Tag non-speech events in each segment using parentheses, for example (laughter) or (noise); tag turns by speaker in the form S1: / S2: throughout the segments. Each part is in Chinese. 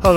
S1: Hello，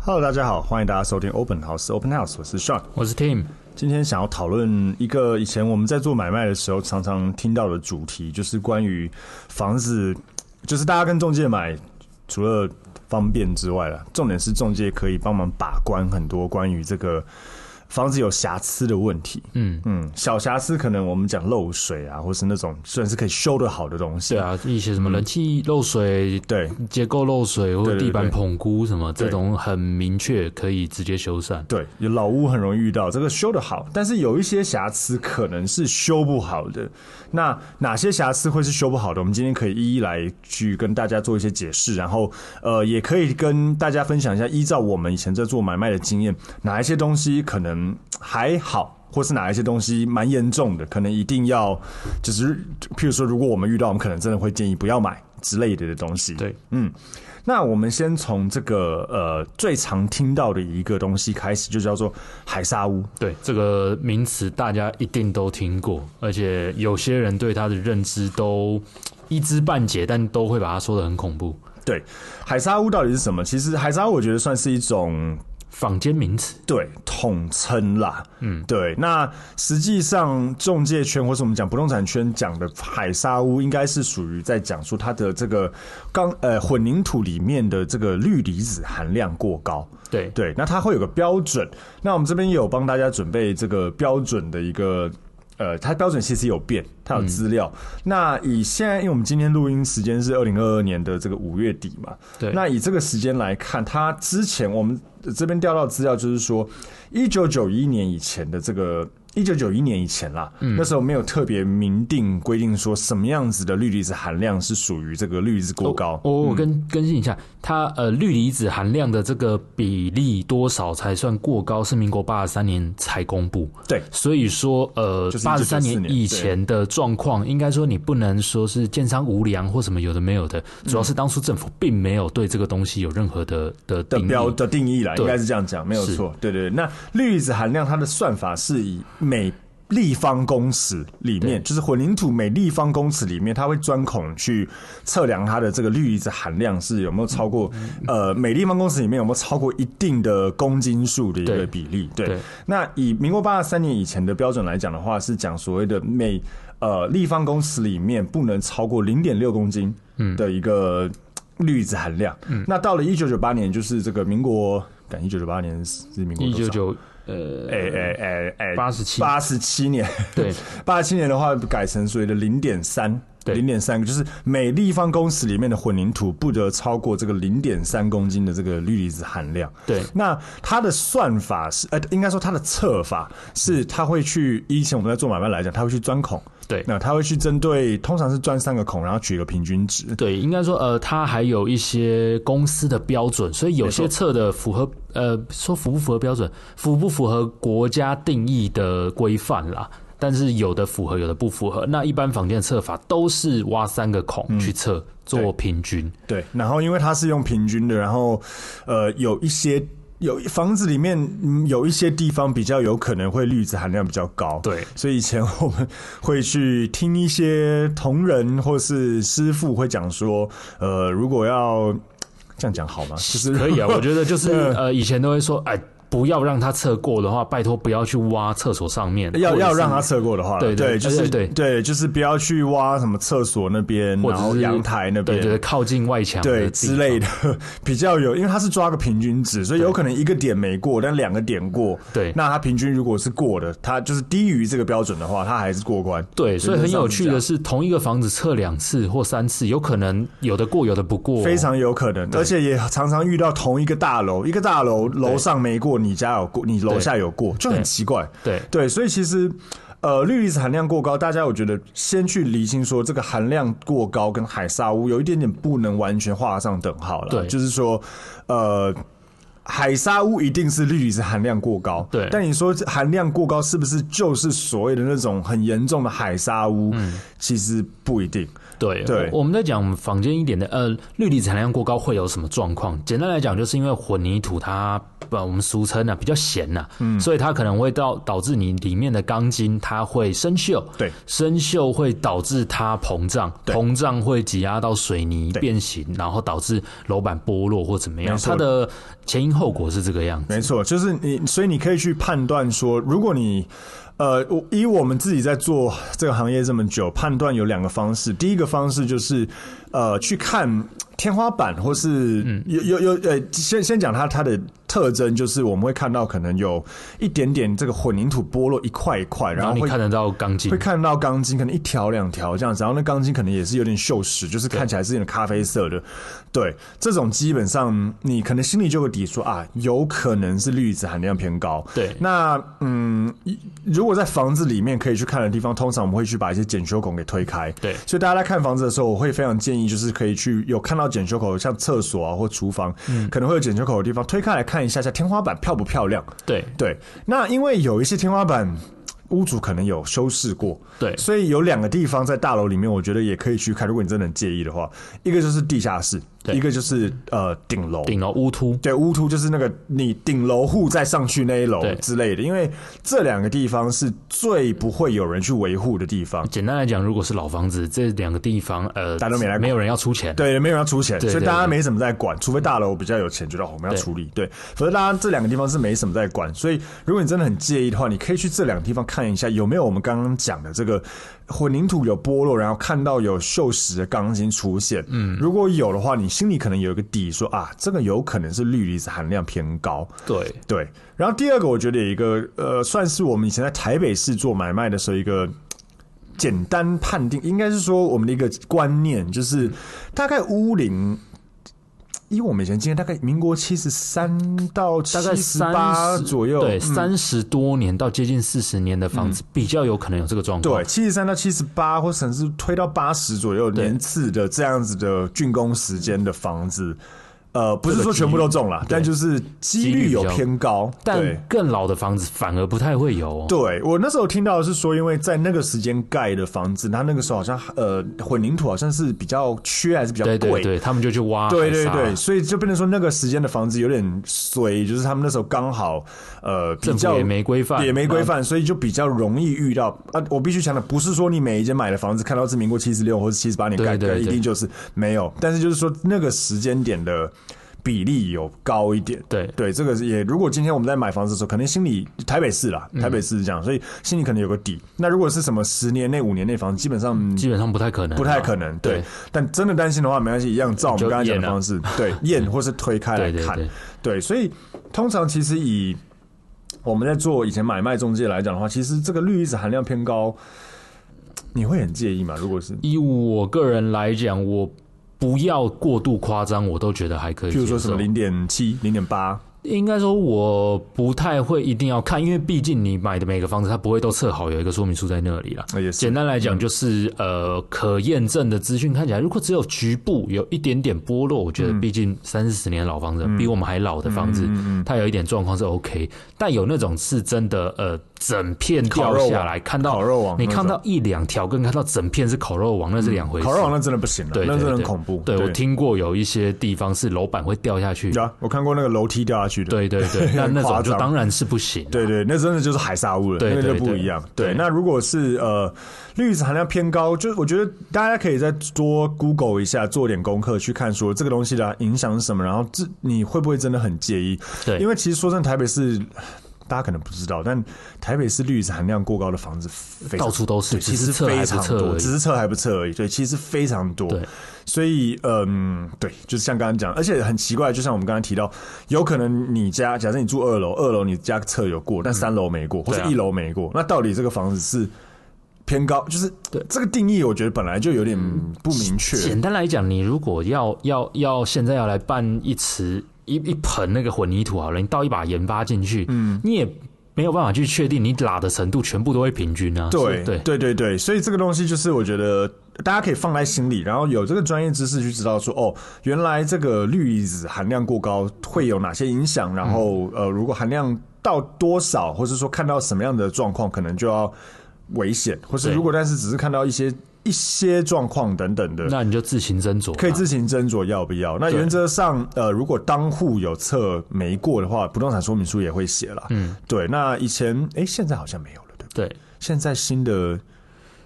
S1: Hello，大家好，欢迎大家收听 Open House Open House，我是 Sean。
S2: 我是 Tim，
S1: 今天想要讨论一个以前我们在做买卖的时候常常听到的主题，就是关于房子，就是大家跟中介买，除了方便之外了，重点是中介可以帮忙把关很多关于这个房子有瑕疵的问题。
S2: 嗯，
S1: 嗯，小瑕疵可能我们讲漏水啊，或是那种虽然是可以修得好的东西，
S2: 对啊，一些什么冷气漏水、
S1: 嗯对，
S2: 结构漏水或
S1: 对
S2: 者
S1: 对
S2: 地板
S1: 对
S2: 捧菇什么，
S1: 对
S2: 这种很明确可以直接修缮。
S1: 对，有老屋很容易遇到，这个修的好，但是有一些瑕疵可能是修不好的。那哪些瑕疵会是修不好的？我们今天可以一一来去跟大家做一些解释，然后呃，也可以跟大家分享一下，依照我们以前在做买卖的经验，哪一些东西可能还好。或是哪一些东西蛮严重的，可能一定要，就是譬如说，如果我们遇到，我们可能真的会建议不要买之类的的东西。
S2: 对，
S1: 嗯，那我们先从这个呃最常听到的一个东西开始，就叫做海沙屋。
S2: 对，这个名词大家一定都听过，而且有些人对它的认知都一知半解，但都会把它说的很恐怖。
S1: 对，海沙屋到底是什么？其实海沙屋我觉得算是一种
S2: 坊间名词，
S1: 对统称啦，嗯，对。那实际上，中介圈或是我们讲不动产圈讲的海沙屋，应该是属于在讲述它的这个钢呃混凝土里面的这个氯离子含量过高。
S2: 对，
S1: 对，那它会有个标准。那我们这边也有帮大家准备这个标准的一个。呃，它标准其实有变，它有资料。那以现在，因为我们今天录音时间是二零二二年的这个五月底嘛，
S2: 对
S1: 那以这个时间来看，它之前我们这边调到资料就是说，一九九一年以前的这个。一九九一年以前啦，那时候没有特别明定规定说什么样子的氯离子含量是属于这个氯离子过高。嗯
S2: 我我跟更新一下，它呃氯离子含量的这个比例多少才算过高？是民国八十三年才公布。
S1: 对
S2: 所以说呃
S1: 就是
S2: 八十
S1: 1994
S2: 三年
S1: 年
S2: 以前的状况，应该说你不能说是建商无良或什么有的没有的，
S1: 嗯
S2: 主要是当初政府并没有对这个东西有任何的的
S1: 的
S2: 定义。
S1: 标的定义啦，
S2: 对
S1: 应该是这样讲，没有
S2: 是
S1: 错。对对对，那氯离子含量它的算法是以每立方公尺里面，
S2: 对
S1: 就是混凝土每立方公尺里面，它会钻孔去测量它的这个氯离子含量是有没有超
S2: 嗯
S1: 过、呃每立方公尺里面有没有超过一定的公斤数的一个
S2: 对
S1: 比例。对，
S2: 对
S1: 那以民国八十三年以前的标准来讲的话，是讲所谓的每呃立方公尺里面不能超过零点六公斤的一个氯离子含量。那到了一九九八年，就是这个民国，赶一九九八年是民国
S2: 一
S1: 多
S2: 九
S1: 少？
S2: 九呃
S1: 哎哎哎哎，
S2: 87
S1: 八十七年，
S2: 对，
S1: (laughs) 八十七年的话改成所谓的零点三。
S2: 对
S1: 零点三就是每立方公尺里面的混凝土不得超过这个零点三公斤的这个氯离子含量。
S2: 对
S1: 那它的算法是，呃，应该说它的测法是，它会去，以前我们在做买卖来讲，它会去钻孔，
S2: 对
S1: 那它会去针对，通常是钻三个孔，然后取一个平均值。
S2: 对，应该说，呃，它还有一些公司的标准，所以有
S1: 没
S2: 些
S1: 错
S2: 测的符合，呃，说符不符合标准，符不符合国家定义的规范啦。但是有的符合，有的不符合。那一般房间测法都是挖三个孔去测、
S1: 嗯对
S2: 做平均，
S1: 对，然后因为它是用平均的，然后呃有一些有房子里面、嗯有一些地方比较有可能会氯子含量比较高，
S2: 对
S1: 所以以前我们会去听一些同仁或是师傅会讲说，呃，如果要这样讲好吗？就是 (laughs)
S2: 可以啊。我觉得就是
S1: 嗯
S2: 呃，以前都会说，哎，不要让它侧过的话，拜托不要去挖厕所上面，
S1: (laughs) 要
S2: 或者
S1: 要
S2: 是
S1: 让它测过的话，
S2: 对对
S1: 就
S2: 对
S1: 是
S2: 对
S1: 对，就是不要去挖什么厕所那边，
S2: 或
S1: 然
S2: 者
S1: 后
S2: 是
S1: 阳台那
S2: 对对对
S1: 边。
S2: 靠近外墙
S1: 对
S2: 的地
S1: 之类
S2: 方
S1: 的 (laughs) 比较有，因为它是抓个平均值，所以有可能一个点没过，但两个点过。
S2: 对
S1: 那它平均如果是过的，它就是低于这个标准的话，它还是过关。
S2: 对，所以很有趣
S1: 原则
S2: 的
S1: 上是
S2: 是，同一个房子测两次或三次，有可能有的过，有的不过哦、
S1: 这样，非常有可能，而且也常常遇到同一个大楼，一个大楼楼上没过，你家有过，你楼下有过，就很
S2: 对
S1: 奇怪。
S2: 对
S1: 对，所以其实。呃，氯离子含量过高，大家我觉得先去厘清说这个含量过高跟海砂屋有一点点不能完全画上等号了。
S2: 对
S1: 就是说，呃，海砂屋一定是氯离子含量过高。
S2: 对
S1: 但你说这含量过高是不是就是所谓的那种很严重的海砂屋？
S2: 嗯
S1: 其实不一定。
S2: 对
S1: 对
S2: 我我们在讲房间一点的，呃，氯离子含量过高会有什么状况？简单来讲，就是因为混凝土它，呃，我们俗称啊比较咸呐、嗯，所以它可能会到导致你里面的钢筋它会生锈，
S1: 对
S2: 生锈会导致它膨胀，
S1: 对
S2: 膨胀会挤压到水泥
S1: 对
S2: 变形，然后导致楼板剥落或怎么样
S1: 没，错
S2: 它的前因后果是这个样子。
S1: 没错，就是你，所以你可以去判断说，如果你，呃，我以我们自己在做这个行业这么久，判断有两个方式。第一个方式就是，呃，去看天花板，或
S2: 嗯
S1: 是有有有，呃，先先讲它它的特征，就是我们会看到可能有一点点这个混凝土剥落一块一块，然
S2: 然后
S1: 后
S2: 你
S1: 会
S2: 看得到钢筋
S1: 会，看到钢筋，可能一条两条这样子，然后那钢筋可能也是有点锈蚀，就是看起来是有点咖啡色的。对，这种基本上你可能心里就有个底说，啊，有可能是氯离子含量偏高。
S2: 对
S1: 那嗯，一如果在房子里面可以去看的地方，通常我们会去把一些检修孔给推开。
S2: 对
S1: 所以大家在看房子的时候，我会非常建议，就是可以去有看到检修口，像厕所啊或厨房，
S2: 嗯
S1: 可能会有检修口的地方，推开来看一下下天花板漂不漂亮。
S2: 对
S1: 对，那因为有一些天花板。屋主可能有修饰过，
S2: 对
S1: 所以有两个地方在大楼里面，我觉得也可以去看。如果你真的很介意的话，一个就是地下室，
S2: 对
S1: 一个就是呃顶楼。
S2: 顶楼乌突，
S1: 对，乌突就是那个你顶楼户再上去那一楼
S2: 对
S1: 之类的，因为这两个地方是最不会有人去维护的地方。
S2: 简单来讲，如果是老房子，这两个地方，呃，
S1: 大家都没来过
S2: 没有人要出钱，
S1: 对，没有人要出钱，
S2: 对
S1: 所以
S2: 对
S1: 大家
S2: 对
S1: 没怎么在管，除非大楼比较有钱，觉得哦我们要
S2: 对
S1: 处理，对，否则大家这两个地方是没什么在管。所以如果你真的很介意的话，你可以去这两个地方看一下有没有我们刚刚讲的这个混凝土有剥落，然后看到有锈蚀的钢筋出现。嗯，如果有的话，你心里可能有一个底说啊，这个有可能是氯离子含量偏高。
S2: 对
S1: 对，然后第二个我觉得有一个呃，算是我们以前在台北市做买卖的时候一个。简单判定应该是说我们的一个观念，就是大概屋龄，以我们以前经验，大概民国七十三到
S2: 大概
S1: 七十八
S2: 三
S1: 左右，
S2: 对，
S1: 嗯
S2: 三十多年到接近四十年的房子，比较有可能有这个状况
S1: 对，。七十三到七十八，或甚至推到八十左右年次的这样子的竣工时间的房子，呃，不是说全部都中了，但就是几
S2: 几率
S1: 率有
S2: 比较
S1: 偏高，对
S2: 但更老的房子反而不太会有、哦。
S1: 对我那时候听到的是说，因为在那个时间盖的房子，它那个时候好像呃混凝土好像是比较缺还是比较贵，
S2: 对对对，他们就去挖
S1: 对对
S2: 海沙
S1: 对，所以就变成说那个时间的房子有点衰，就是他们那时候刚好呃比
S2: 政
S1: 较
S2: 府也没规范，
S1: 也没规范，所以就比较容易遇到啊。我必须强调，不是说你每一间买的房子看到是民国七十六或是七十八年盖
S2: 对
S1: 的，
S2: 对对
S1: 一定就是没有，但是就是说那个时间点的。比例有高一点，
S2: 对
S1: 对，这个是也如果今天我们在买房子的时候，可能心里台北市啦，台北市是这样，所以心里可能有个底。那如果是什么十年内、五年内房，基本上嗯
S2: 基本上不太可能啊，
S1: 不太可能，对
S2: 对。
S1: 但真的担心的话，没关系，一样照我们
S2: 就
S1: 刚才讲
S2: 验
S1: 的
S2: 了
S1: 方式，
S2: (laughs)
S1: 对，验或是推开来
S2: 对对
S1: 看
S2: 对，
S1: 对。所以通常其实以我们在做以前买卖中介来讲的话，其实这个氯离子含量偏高，你会很介意吗？如果是，
S2: 以我个人来讲，我不要过度夸张，我都觉得还可以接
S1: 譬
S2: 受。
S1: 如说什么零点七、零点八，
S2: 应该说我不太会一定要看，因为毕竟你买的每个房子，它不会都测好有一个说明书在那里啦。
S1: 那啊也是
S2: 简单来讲，就是呃，可验证的资讯看起来，如果只有局部有一点点剥落，我觉
S1: 嗯
S2: 得毕竟三四十年的
S1: 嗯
S2: 老房子，比我们还老的房子，它有一点状况是 OK。但有那种是真的呃，整片
S1: 烤
S2: 掉
S1: 肉
S2: 下
S1: 网
S2: 来，看到
S1: 烤肉网
S2: 你
S1: 那
S2: 看到
S1: 种嗯
S2: 一两条，跟看到整片是烤肉网，那是两回事。
S1: 烤肉网那真的不行了，
S2: 对，
S1: 那
S2: 对
S1: 真的很
S2: 对
S1: 恐怖。
S2: 对我听过有一些地方是楼板会掉下去。
S1: 有啊，我看过那个楼梯掉下去的。
S2: 对对对，
S1: (laughs)
S2: 那那
S1: 夸
S2: 种就
S1: 张
S2: 当然是不行、
S1: 对对，那真的就是海沙屋了，
S2: 对
S1: 那个就
S2: 对
S1: 不
S2: 对
S1: 一样。
S2: 对
S1: 对，那如果是呃氯子含量偏高，就我觉得大家可以再多 Google 一下，做点功课去看说这个东西的影响是什么，然后这你会不会真的很介意？
S2: 对
S1: 因为其实说真的，台北市。大家可能不知道，但台北市氯子含量过高的房子非常
S2: 到处都是
S1: 对其
S2: 只
S1: 实
S2: 是测还
S1: 非
S2: 不
S1: 常
S2: 测
S1: 多，
S2: 而已
S1: 只是测还不测而已。对，其实非常多。
S2: 对
S1: 所以，嗯，对，就是像刚刚讲，而且很奇怪，就像我们刚才提到，有可能你家假设你住二楼，二楼你家测有过，但三楼没过，或者
S2: 对啊
S1: 一楼没过，那到底这个房子是偏高，就是这个定义，我觉得本来就有点
S2: 嗯
S1: 不明确。
S2: 简单来讲，你如果要要要现在要来办一池一一盆那个混凝土好了，你倒一把盐巴进去，嗯，你也没有办法去确定你拉的程度全部都会平均啊。
S1: 对
S2: 是对
S1: 对对对，所以这个东西就是我觉得大家可以放在心里，然后有这个专业知识去知道说，哦，原来这个氯离子含量过高会有哪些影响，然
S2: 嗯
S1: 后、呃，如果含量到多少，或是说看到什么样的状况，可能就要危险，或是
S2: 对
S1: 如果但是只是看到一些一些状况等等的。
S2: 那你就自行斟酌嘛。啊
S1: 可以自行斟酌要不要。那
S2: 对
S1: 原则上，呃，如果当户有测没过的话，不动产说明书也会写了。嗯，对。那以前，哎、现在好像没有了，对不对？
S2: 对
S1: 现在新的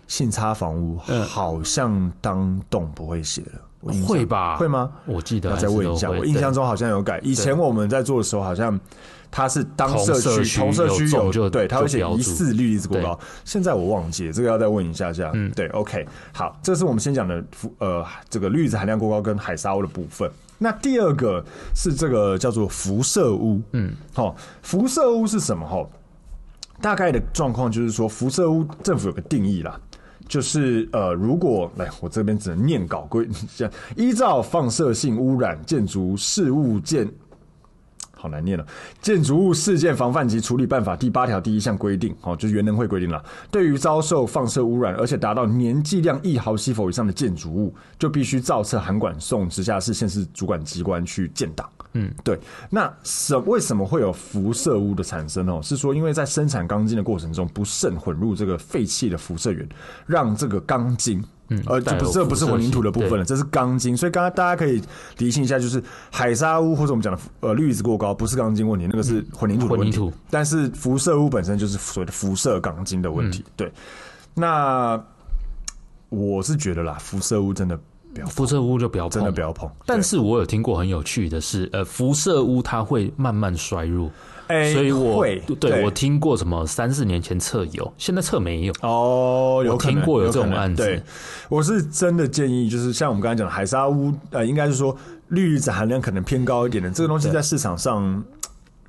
S1: 信差房屋
S2: 嗯
S1: 好像当栋不会写了，我印象
S2: 会吧？
S1: 会吗？
S2: 我记得
S1: 要
S2: 还
S1: 再
S2: 是都会
S1: 问一下，我印象中好像有改。以前我们在做的时候，好像它是当社区同
S2: 同
S1: 社
S2: 社区
S1: 区
S2: 有
S1: 有
S2: 中就
S1: 对，它会写
S2: 就标
S1: 疑
S2: 注
S1: 似氯离子过高。现在我忘记了这个，要再问一下下。嗯，对，OK，好，这是我们先讲的氟呃这个氯离子含量过高跟海沙屋的部分。那第二个是这个叫做辐射屋，嗯，好、辐射屋是什么？哈，大概的状况就是说，辐射屋政府有个定义啦，就是呃，如果来我这边只能念稿规，这样 (laughs) 依照放射性污染建筑事物件。好难念了，《哦建筑物事件防范及处理办法》第八条第一项规定，哦，就是原能会规定了，对于遭受放射污染而且达到年剂量一毫西弗以上的建筑物，就必须造册函管送直辖市、县市主管机关去建档。嗯，对。那什为什么会有辐射污的产生哦？是说因为在生产钢筋的过程中，不慎混入这个废气的辐射源，让这个钢筋。嗯，呃，这
S2: 带有
S1: 不是这不是
S2: 辐射性
S1: 混凝土的部分了，
S2: 对
S1: 这是钢筋，所以刚刚大家可以理清一下，就是海沙屋或者我们讲的呃氯离子过高，不是钢筋问题，那个是混凝土的问题。
S2: 嗯混凝土
S1: 但是辐射屋本身就是所谓的辐射钢筋的问题。
S2: 嗯
S1: 对，那我是觉得啦，辐射屋真的不要，
S2: 辐射屋就不要碰，
S1: 真的不要碰。
S2: 哦但
S1: 对
S2: 是我有听过很有趣的是，呃，辐射屋它会慢慢衰弱，
S1: 哎
S2: 所以我
S1: 会
S2: 对我听过什么三四年前测有，现在测没有。
S1: 哦，有
S2: 我
S1: 可能
S2: 听过有这种
S1: 可能
S2: 案子
S1: 对，我是真的建议，就是像我们刚才讲的海沙屋，呃，应该是说氯离子含量可能偏高一点的，这个东西
S2: 对
S1: 在市场上。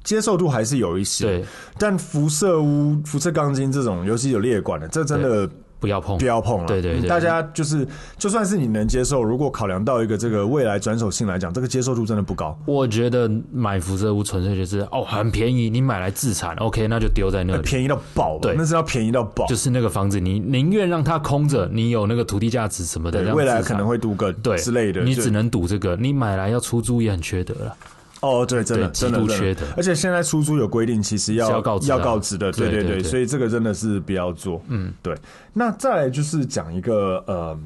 S1: 接受度还是有一些，
S2: 对，
S1: 但辐射屋、辐射钢筋这种，尤其有裂管的，这真的
S2: 不要碰，
S1: 不要碰了。
S2: 对对
S1: 嗯
S2: 对
S1: 大家就是，就算是你能接受，如果考量到一个这个未来转手性来讲，这个接受度真的不高。
S2: 我觉得买辐射屋纯粹就是哦，很便宜，你买来自产，OK，那就丢在那里。
S1: 便宜到爆吧，
S2: 对
S1: 那是要便宜到爆。
S2: 就是那个房子，你宁愿让它空着，你有那个土地价值什么的，
S1: 对
S2: 让
S1: 未来
S2: 自
S1: 可
S2: 产
S1: 能会镀个
S2: 啊对
S1: 之类的，
S2: 你
S1: 就
S2: 只能赌这个。你买来要出租也很缺德了。
S1: 哦，对，真的
S2: 对
S1: 真的
S2: 极度
S1: 真
S2: 缺德
S1: 而且现在出租有规定，其实要
S2: 是要告知的啊
S1: 知的，
S2: 对
S1: 对
S2: 对对
S1: 所以这个真的是不要做。嗯，对。那再来就是讲一个呃。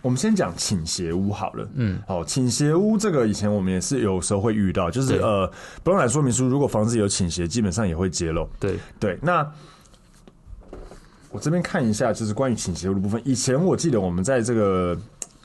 S1: 我们先讲倾斜屋好了，嗯，好，倾斜屋这个以前我们也是有时候会遇到，就是
S2: 对
S1: 呃，不用来说明书，如果房子有倾斜，基本上也会揭露，
S2: 对，
S1: 对，那我这边看一下，就是关于倾斜屋的部分。以前我记得我们在这个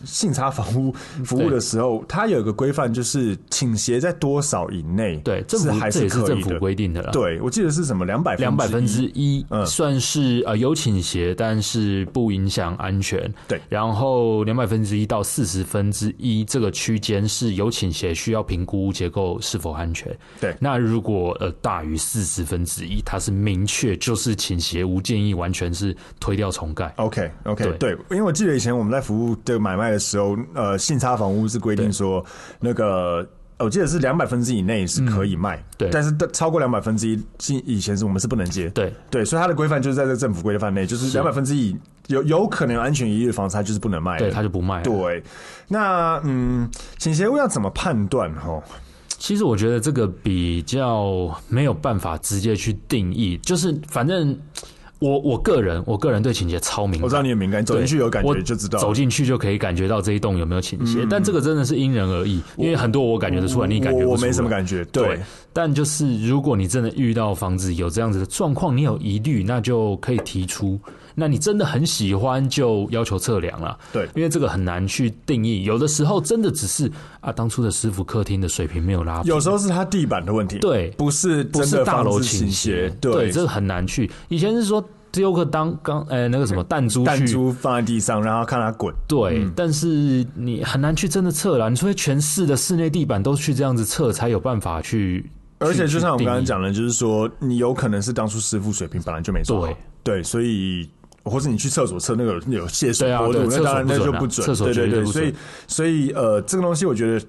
S1: 信差房屋
S2: 嗯
S1: 服务的时候，它有一个规范，就是倾斜在多少以内，
S2: 对，政
S1: 是
S2: 府
S1: 还
S2: 这也是
S1: 可
S2: 政
S1: 以
S2: 府
S1: 的。
S2: 规定的了。
S1: 对，我记得是什么两百
S2: 两百分
S1: 之
S2: 之
S1: 一
S2: 一
S1: 嗯，
S2: 算是呃有倾斜，但是不影响安全。
S1: 对
S2: 然后两百分之一到四十分之一这个区间是有倾斜，需要评估结构是否安全。
S1: 对
S2: 那如果呃大于四十分之一，它是明确就是倾斜，无建议完全是推掉重盖。
S1: OK OK，
S2: 对
S1: 对，因为我记得以前我们在服务这个买卖的时候，呃，信差房屋是规定说，那个呃我记得是两百分之以内是可以卖，
S2: 嗯对
S1: 但是超过两百分之一，信以前是我们是不能接，
S2: 对
S1: 对，所以它的规范就是在这个政府规范内，就是两百分之一有有可能有安全疑虑的房子，它就是不能卖的。
S2: 对，它就不卖了。
S1: 对那嗯，倾斜物要怎么判断？哈，
S2: 其实我觉得这个比较没有办法直接去定义，就是反正我我个人我个人对倾斜超敏感，
S1: 我知道你很敏感，走进去有感
S2: 我
S1: 觉就知道了。嗯
S2: 走进去就可以感觉到这一栋有没有倾斜，但这个真的是因人而异，因为很多我感觉得出来，你感觉不
S1: 我
S2: 出来
S1: 我没什么感觉，
S2: 对
S1: 对，，
S2: 但就是如果你真的遇到房子有这样子的状况，你有疑虑，那就可以提出。那你真的很喜欢，就要求测量了。
S1: 对
S2: 因为这个很难去定义，有的时候真的只是啊，当初的师傅客厅的水平没有拉平，
S1: 有时候是它地板的问题，
S2: 对
S1: 不是
S2: 不
S1: 真
S2: 是
S1: 的
S2: 大
S1: 房
S2: 楼
S1: 子
S2: 倾
S1: 倾斜
S2: 斜，，
S1: 对，
S2: 这个很难去。以前是说丢个当刚呃那个什么弹珠
S1: 弹
S2: 去
S1: 珠放在地上，让它看它滚，
S2: 对，但是你很难去真的测啦，你除非全市的室内地板都去这样子测，才有办法去。
S1: 而且
S2: 去
S1: 就像我
S2: 去
S1: 们刚刚
S2: 定义
S1: 讲的，就是说你有可能是当初师傅水平本来就没做好，对，所以或是你去厕所测那个有有泄水
S2: 对啊
S1: 坡度，
S2: 对
S1: 那当然那
S2: 厕
S1: 就
S2: 所
S1: 不
S2: 不
S1: 准，
S2: 准啊厕所
S1: 对对
S2: 绝
S1: 对，
S2: 对不
S1: 所以
S2: 准
S1: 所以呃，这个东西我觉得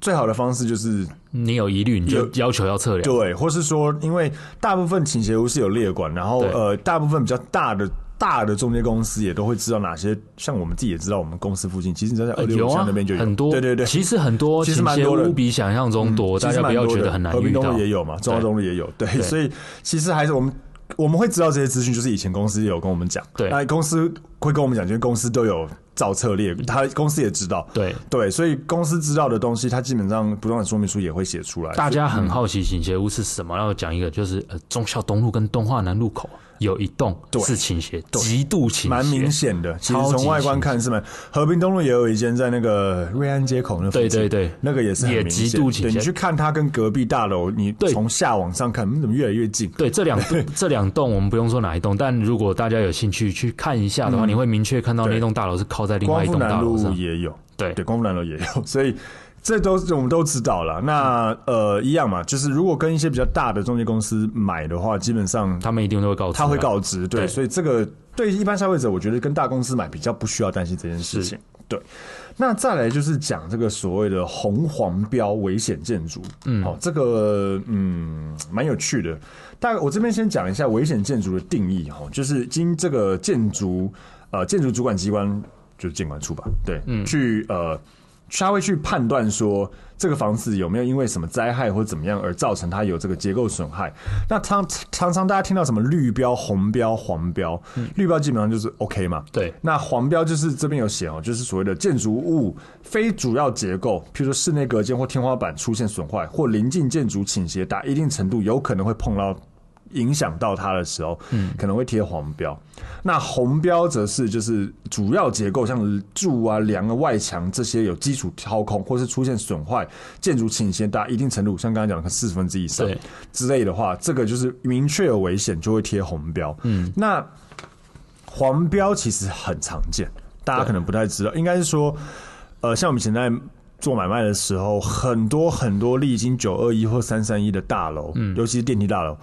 S1: 最好的方式就是
S2: 你有疑虑，你就
S1: 有
S2: 要求要测量。
S1: 对，或是说，因为大部分倾斜屋是有列管，然后
S2: 对
S1: 呃，大部分比较大的大的中介公司也都会知道哪些，像我们自己也知道，我们公司附近其实你在二
S2: 呃
S1: 六
S2: 有
S1: 五巷
S2: 啊，
S1: 那边就有，
S2: 很多，
S1: 对对对，
S2: 其实很多，
S1: 其实蛮多的
S2: 屋比想象中
S1: 嗯
S2: 多，
S1: 其
S2: 大
S1: 实
S2: 家不
S1: 蛮
S2: 要
S1: 多
S2: 觉
S1: 的
S2: 得很难
S1: 和平
S2: 遇
S1: 东
S2: 到
S1: 路。也有嘛，中央东路也有，对，所以其实还是我们我们会知道这些资讯，就是以前公司也有跟我们讲，
S2: 对
S1: 那公司会跟我们讲，就是公司都有造策略，他公司也知道，
S2: 嗯对
S1: 对，所以公司知道的东西，他基本上不动产说明书也会写出来，
S2: 大家很好奇倾斜屋是什么，然后讲一个就是呃，忠孝东路跟东华南路口有一栋
S1: 对
S2: 是倾斜，极度倾斜，
S1: 蛮明显的，其实
S2: 超级
S1: 从外观
S2: 清晰
S1: 看是蛮。和平东路也有一间在那个瑞安街口那附近，
S2: 对对对
S1: 那个也是很
S2: 也
S1: 明
S2: 极
S1: 显
S2: 度
S1: 对
S2: 倾
S1: 你
S2: 斜
S1: 去看它跟隔壁大楼，你
S2: 对
S1: 从下往上看，嗯怎么越来越近？
S2: 对，这
S1: (laughs)
S2: 两栋这两栋我们不用说哪一栋，但如果大家有兴趣去看一下的话，你会明确看到
S1: 嗯对
S2: 那栋大楼是靠在另
S1: 光
S2: 外一
S1: 复
S2: 栋大
S1: 南
S2: 楼
S1: 路
S2: 上。
S1: 也有，
S2: 对
S1: 对，光复南路也有， (laughs) 所以这都是我们都知道了。那呃，一样嘛，就是如果跟一些比较大的中介公司买的话，基本上
S2: 他们一定都会告知，啊
S1: 他会。告知，对，
S2: 对
S1: 所以这个对一般消费者，我觉得跟大公司买比较不需要担心这件事情。对，那再来就是讲这个所谓的红黄标危险建筑，嗯，好、这个嗯蛮有趣的。大概我这边先讲一下危险建筑的定义哈、哦，就是经这个建筑呃建筑主管机关就是建管处吧，对，去呃。他会去判断说这个房子有没有因为什么灾害或怎么样而造成它有这个结构损害。那常常常大家听到什么绿标、红标、黄标，绿标基本上就是 OK 嘛。
S2: 对
S1: 那黄标就是这边有写哦，就是所谓的建筑物非主要结构，譬如说室内隔间或天花板出现损坏，或临近建筑倾斜达一定程度，有可能会碰到。影响到它的时候，嗯，可能会贴黄标。那红标则是就是主要结构，像柱啊、梁啊、外墙这些有基础掏空或是出现损坏，建筑倾斜达一定程度，像刚才讲的四十分之一以上
S2: 对
S1: 之类的话，这个就是明确有危险就会贴红标。嗯，那黄标其实很常见，大家可能不太知道，应该是说，呃，像我们现在做买卖的时候，很多很多历经九二一或三三一的大楼，
S2: 嗯
S1: 尤其是电梯大楼。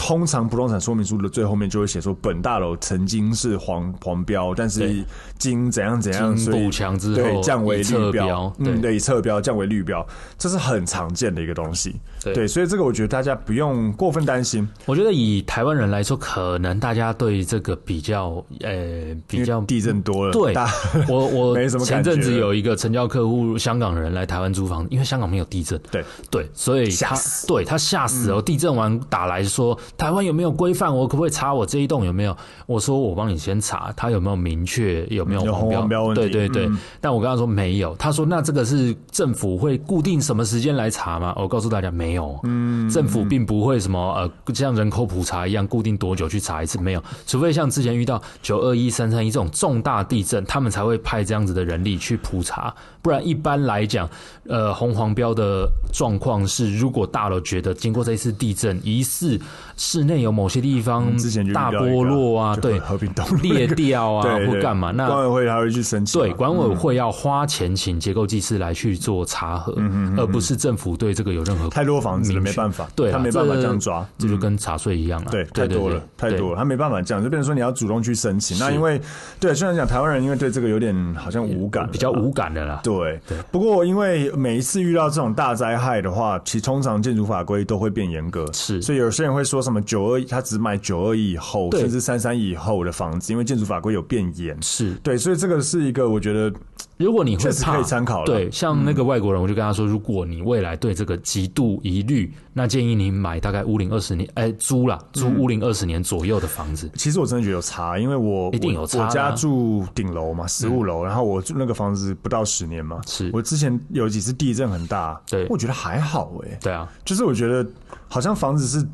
S1: 通常不动产说明书的最后面就会写说，本大楼曾经是黄黄标，但是
S2: 对
S1: 经怎样怎样，
S2: 经
S1: 啊所以
S2: 补强之
S1: 对
S2: 后
S1: 降为
S2: 以
S1: 绿
S2: 侧
S1: 标
S2: 标，
S1: 嗯，
S2: 对
S1: 对，以侧标降为绿标，这是很常见的一个东西。
S2: 对
S1: 对，所以这个我觉得大家不用过分担心，
S2: 我觉得以台湾人来说，可能大家对这个比较呃
S1: 因
S2: 比
S1: 为
S2: 较
S1: 地震多了，
S2: 对
S1: 大
S2: (laughs) 我
S1: 没
S2: 我
S1: 什么感
S2: 前阵子
S1: 觉
S2: 有一个成交客户，香港人来台湾租房，因为香港没有地震，
S1: (laughs) 对
S2: 对，所以
S1: 吓
S2: 他
S1: 死嗯
S2: 对他吓死哦，地震完打来说，台湾有没有规范？我可不可以查我这一栋有没有？我说我帮你先查，他有没有明确有没有
S1: 嗯有
S2: 黄
S1: 红
S2: 标？
S1: 黄标问题
S2: 对对对。
S1: 嗯
S2: 但我跟他说没有，他说那这个是政府会固定什么时间来查吗？我哦告诉大家没有，嗯，政府并不会什么呃像人口普查一样固定多久去查一次，没有，除非像之前遇到九二一、三三一这种重大地震，他们才会派这样子的人力去普查，不然一般来讲，呃，红黄标的状况是，如果大楼觉得经过这一次地震，疑似室内有某些地方
S1: 嗯之前就遇到
S2: 嗯大
S1: 一个
S2: 剥落啊，
S1: 就
S2: 对，
S1: 和平东路那
S2: 裂
S1: 个
S2: 掉
S1: (laughs)
S2: 啊，
S1: 对
S2: 或
S1: 对
S2: 干嘛，那
S1: 管委会还会去申请嘛，啊
S2: 对，管委会要花钱请结构技师来去做查核，
S1: 嗯
S2: 而不是政府对这个有任何
S1: 太多房子了，
S2: 明
S1: 没
S2: 确
S1: 办法，
S2: 对啊，
S1: 他没办法
S2: 这
S1: 这样抓，嗯
S2: 这嗯就跟查税一样啊了。
S1: 对，太多了，太多
S2: 了。
S1: 了，他没办法这样，就变成说你要主动去申请。那因为对，虽然讲台湾人因为对这个有点好像无感了，啊
S2: 比较无感的啦，
S1: 对，不过因为每一次遇到这种大灾害的话，其实通常建筑法规都会变严格，
S2: 是
S1: 所以有些人会说什么九二，他只买九二以后，
S2: 对
S1: 甚至三三以后的房子，因为建筑法规有变严。
S2: 是
S1: 对，所以这个是一个我觉得
S2: 如果你会
S1: 确实
S2: 怕，
S1: 可以参考了嗯
S2: 对，像那个外国人，我就跟他说，如果你未来对这个极度疑虑，那建议你买大概屋龄二十年，哎，租啦，租
S1: 嗯
S2: 屋龄二十年左右的房子。
S1: 其实我真的觉得有差，因为我
S2: 一定有差
S1: 我
S2: 的啊嗯
S1: 我家住顶楼嘛，十五楼，然后我住那个房子不到十年嘛。
S2: 是
S1: 我之前有几次地震很大，
S2: 对
S1: 我觉得还好哎、
S2: 对啊，
S1: 就是我觉得好像房子是。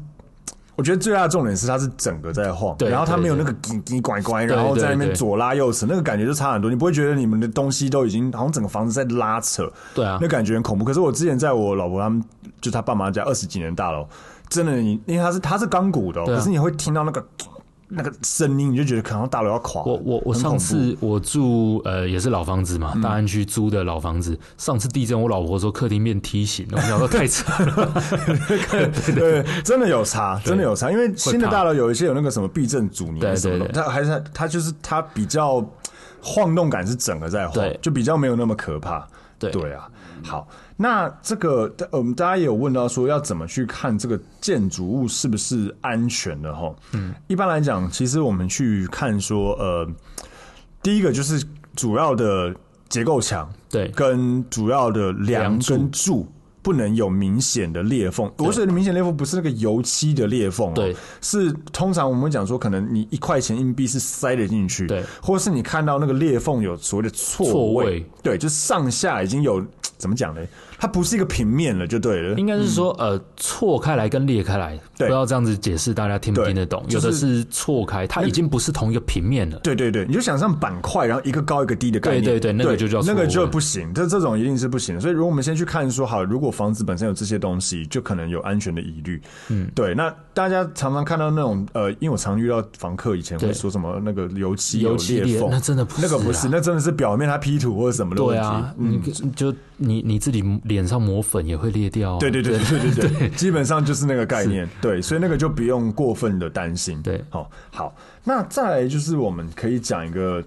S1: 我觉得最大的重点是它是整个在晃，
S2: 对
S1: 然后它
S2: 对
S1: 没有那
S2: 对
S1: 个叽叽拐拐，
S2: 对
S1: 然后在那
S2: 对
S1: 边
S2: 对
S1: 左拉右扯，那个感觉就差很多。你不会觉得你们的东西都已经好像整个房子在拉扯，
S2: 对啊
S1: 那，感觉很恐怖。可是我之前在我老婆他们，就她爸妈家二十几年大楼，真的你，因为它是它是钢骨的、哦，
S2: 对啊
S1: 可是你会听到那个那个声音，你就觉得可能大楼要垮了。
S2: 我我我
S1: 很恐怖嗯
S2: 上次我住呃也是老房子嘛，大安区租的老房子。上次地震，我老婆说客厅变梯形，我想说太
S1: (laughs)
S2: 惨了。
S1: 对，真的有差，真的有差，因为新的
S2: 怕
S1: 大楼有一些有那个什么避震阻尼
S2: 对
S1: 什么的，
S2: 对对
S1: 它还是它就是它比较晃动感是整个在晃
S2: 对，
S1: 就比较没有那么可怕。
S2: 对
S1: 对啊，好，那这个呃我们大家也有问到说要怎么去看这个建筑物是不是安全的哈？嗯，一般来讲，其实我们去看说呃，第一个就是主要的结构墙，
S2: 对
S1: 跟主要的梁
S2: 梁柱
S1: 跟柱不能有明显的裂缝。我所谓的明显裂缝，不是那个油漆的裂缝、哦，
S2: 对，
S1: 是通常我们会讲说，可能你一块钱硬币是塞得进去，
S2: 对
S1: 或是你看到那个裂缝有所谓的错
S2: 错
S1: 位，
S2: 位
S1: 对，就是上下已经有怎么讲呢？它不是一个平面了，就对了。
S2: 应该是说呃错开来跟裂开来，不
S1: 对
S2: 知道这样子解释大家听不听得懂？
S1: 对
S2: 有的
S1: 就是
S2: 是错开，它已经不是同一个平面了。
S1: 对对对，你就想象板块，然后一个高一个低的概念。
S2: 对对对那个就叫错
S1: 那个就
S2: 位
S1: 不行，这这种一定是不行的。所以如果我们先去看说，好，如果房子本身有这些东西，就可能有安全的疑虑。嗯，对。那大家常常看到那种呃，因为我常遇到房客以前会
S2: 对
S1: 说什么那个油漆有
S2: 油漆
S1: 裂
S2: 裂
S1: 缝，
S2: 那真的不
S1: 那个
S2: 是
S1: 不
S2: 啦
S1: 是，那真的是表面它 P 图或者什么的问
S2: 对
S1: 题。
S2: 啊，
S1: 嗯
S2: 你就你你自己脸上抹粉也会裂掉、啊。
S1: 对哦对对对对对，基本上就是那个概念。对，所以那个就不用过分的担心。
S2: 对
S1: 好、好，那再来就是我们可以讲一个，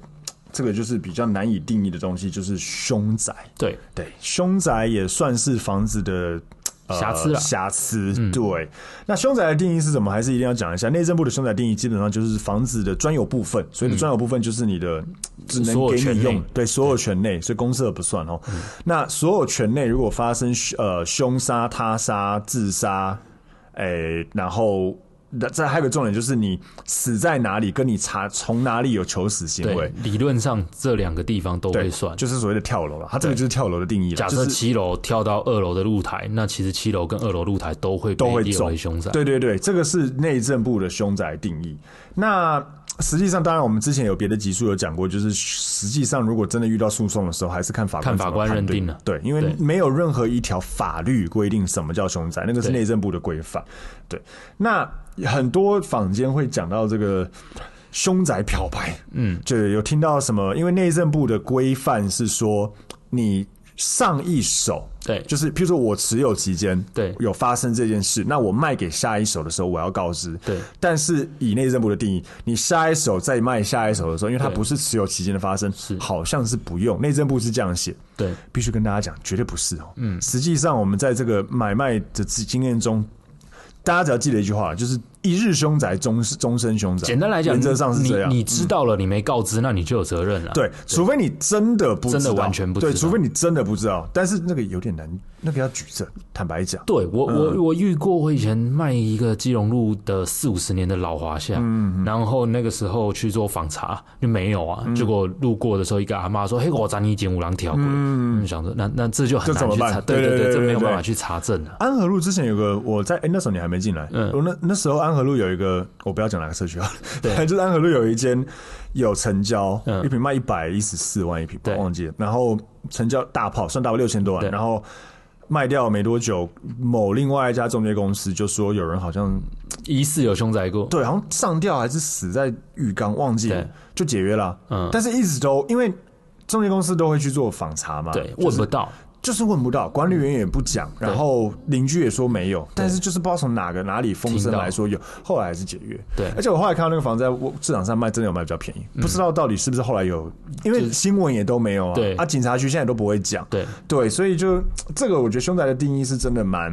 S1: 这个就是比较难以定义的东西，就是凶宅。
S2: 对
S1: 对，凶宅也算是房子的。呃
S2: 瑕疵啦嗯
S1: 瑕疵。对，那凶宅的定义是什么？还是一定要讲一下。内政部的凶宅定义基本上就是房子的专有部分，所以的专有部分就是你的、只
S2: 嗯所
S1: 能
S2: 有
S1: 给
S2: 权
S1: 你
S2: 内嗯
S1: 用，对，所有权内，所以公社不算哦。那所有权内如果发生呃凶杀、他杀、自杀，诶、然后。那这还有一个重点就是你死在哪里，跟你查从哪里有求死行
S2: 对
S1: 为，，
S2: 理论上这两个地方都
S1: 对
S2: 会，算。
S1: 就是所谓的跳楼了。它这个就是跳楼的定义了。
S2: 假
S1: 就
S2: 设
S1: 是
S2: 七楼跳到二楼的露台，那其实七楼跟二楼露台都会
S1: 都
S2: 被
S1: 会
S2: 列
S1: 中
S2: 为凶宅。
S1: 对对对，这个是内政部的凶宅定义。那实际上，当然我们之前有别的集数有讲过，就是实际上如果真的遇到诉讼的时候，还是看法官
S2: 看法官
S1: 怎么判定
S2: 认定了
S1: 对，因为
S2: 对
S1: 没有任何一条法律规定什么叫凶宅，那个是
S2: 对
S1: 内政部的规范。对，那很多坊间会讲到这个。凶宅漂白，嗯，就有听到什么？因为内政部的规范是说，你上一手
S2: 对
S1: 就是譬如说我持有期间，
S2: 对
S1: 有发生这件事，那我卖给下一手的时候，我要告知，
S2: 对
S1: 但是以内政部的定义，你下一手再卖下一手的时候，因为它
S2: 对
S1: 不是持有期间的发生，好像是不用，内政部是这样写。
S2: 对
S1: 必须跟大家讲，绝对不是哦。嗯，实际上我们在这个买卖的经验中，大家只要记得一句话，就是一日凶宅，终终身凶宅。
S2: 简单来讲，
S1: 原则上是这样。
S2: 你你知道了，你没告知，那你就有责任了。
S1: 对，除非你真的不知道
S2: 真的完全不知道
S1: 对，除非你真的不知道，但是那个有点难，那个要举证。坦白讲，
S2: 对我
S1: 嗯
S2: 我我遇过，我以前卖一个基隆路的四五十年的老华夏，
S1: 嗯
S2: 然后那个时候去做访查就没有啊，结果路过的时候，一个阿妈说：“嘿，我咱你捡五郎条鬼。”嗯，想说那那这就很
S1: 这怎
S2: 难
S1: 么
S2: 去
S1: 办
S2: 查，
S1: 对对
S2: 对
S1: 对
S2: 这没有
S1: 对
S2: 办
S1: 对
S2: 法去查证啊。
S1: 安和路之前有个，我在哎、诶那时候你还没进来，嗯，我那那时候安和路有一个，我不要讲哪个社区啊，
S2: (laughs) 对
S1: 反正就是安和路有一间有成交，
S2: 嗯
S1: 一瓶卖一百一十四万一瓶，
S2: 对
S1: 我忘记了，然后成交大炮算大炮六千多万，
S2: 对
S1: 然后卖掉没多久，某另外一家中介公司就说有人好像
S2: 疑似有凶宅过，
S1: 对，好像上吊还是死在浴缸，忘记了
S2: 对，
S1: 就解约了、
S2: 嗯
S1: 但是一直都因为中介公司都会去做访查嘛，
S2: 对，
S1: 啊就
S2: 问
S1: 是
S2: 不到，
S1: 就是问不到，管理员也不讲，
S2: 嗯
S1: 然后邻居也说没有，但是就是不知道从哪个哪里风声
S2: 听到
S1: 来说有，后来还是解约。
S2: 对嗯
S1: 而且我后来看到那个房子在市场上卖，真的有卖比较便宜，不知道到底是不是后来有，因为新闻也都没有啊，
S2: 对
S1: 啊，警察局现在都不会讲，
S2: 对
S1: 对，所以就这个，我觉得凶宅的定义是真的蛮，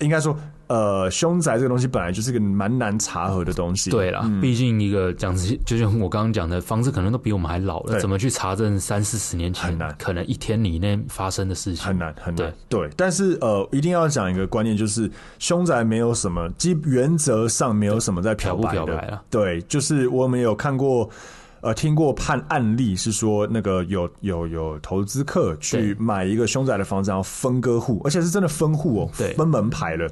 S1: 应该说呃，凶宅这个东西本来就是个蛮难查核的东西。
S2: 对啦，毕竟一个讲子，就像我刚刚讲的，房子可能都比我们还老了，
S1: 对
S2: 怎么去查证三四十年
S1: 很
S2: 前
S1: 难
S2: 可能一天里内发生的事情？
S1: 很难很难
S2: 对。
S1: 对，但是呃，一定要讲一个观念，就是凶宅没有什么基原则上没有什么在漂白
S2: 漂
S1: 的。
S2: 不漂白啊
S1: 对，就是我们有看过。呃，听过判案例是说，那个有有有投资客去
S2: 对
S1: 买一个凶宅的房子，然后分割户，而且是真的分户哦，
S2: 对
S1: 分门牌了。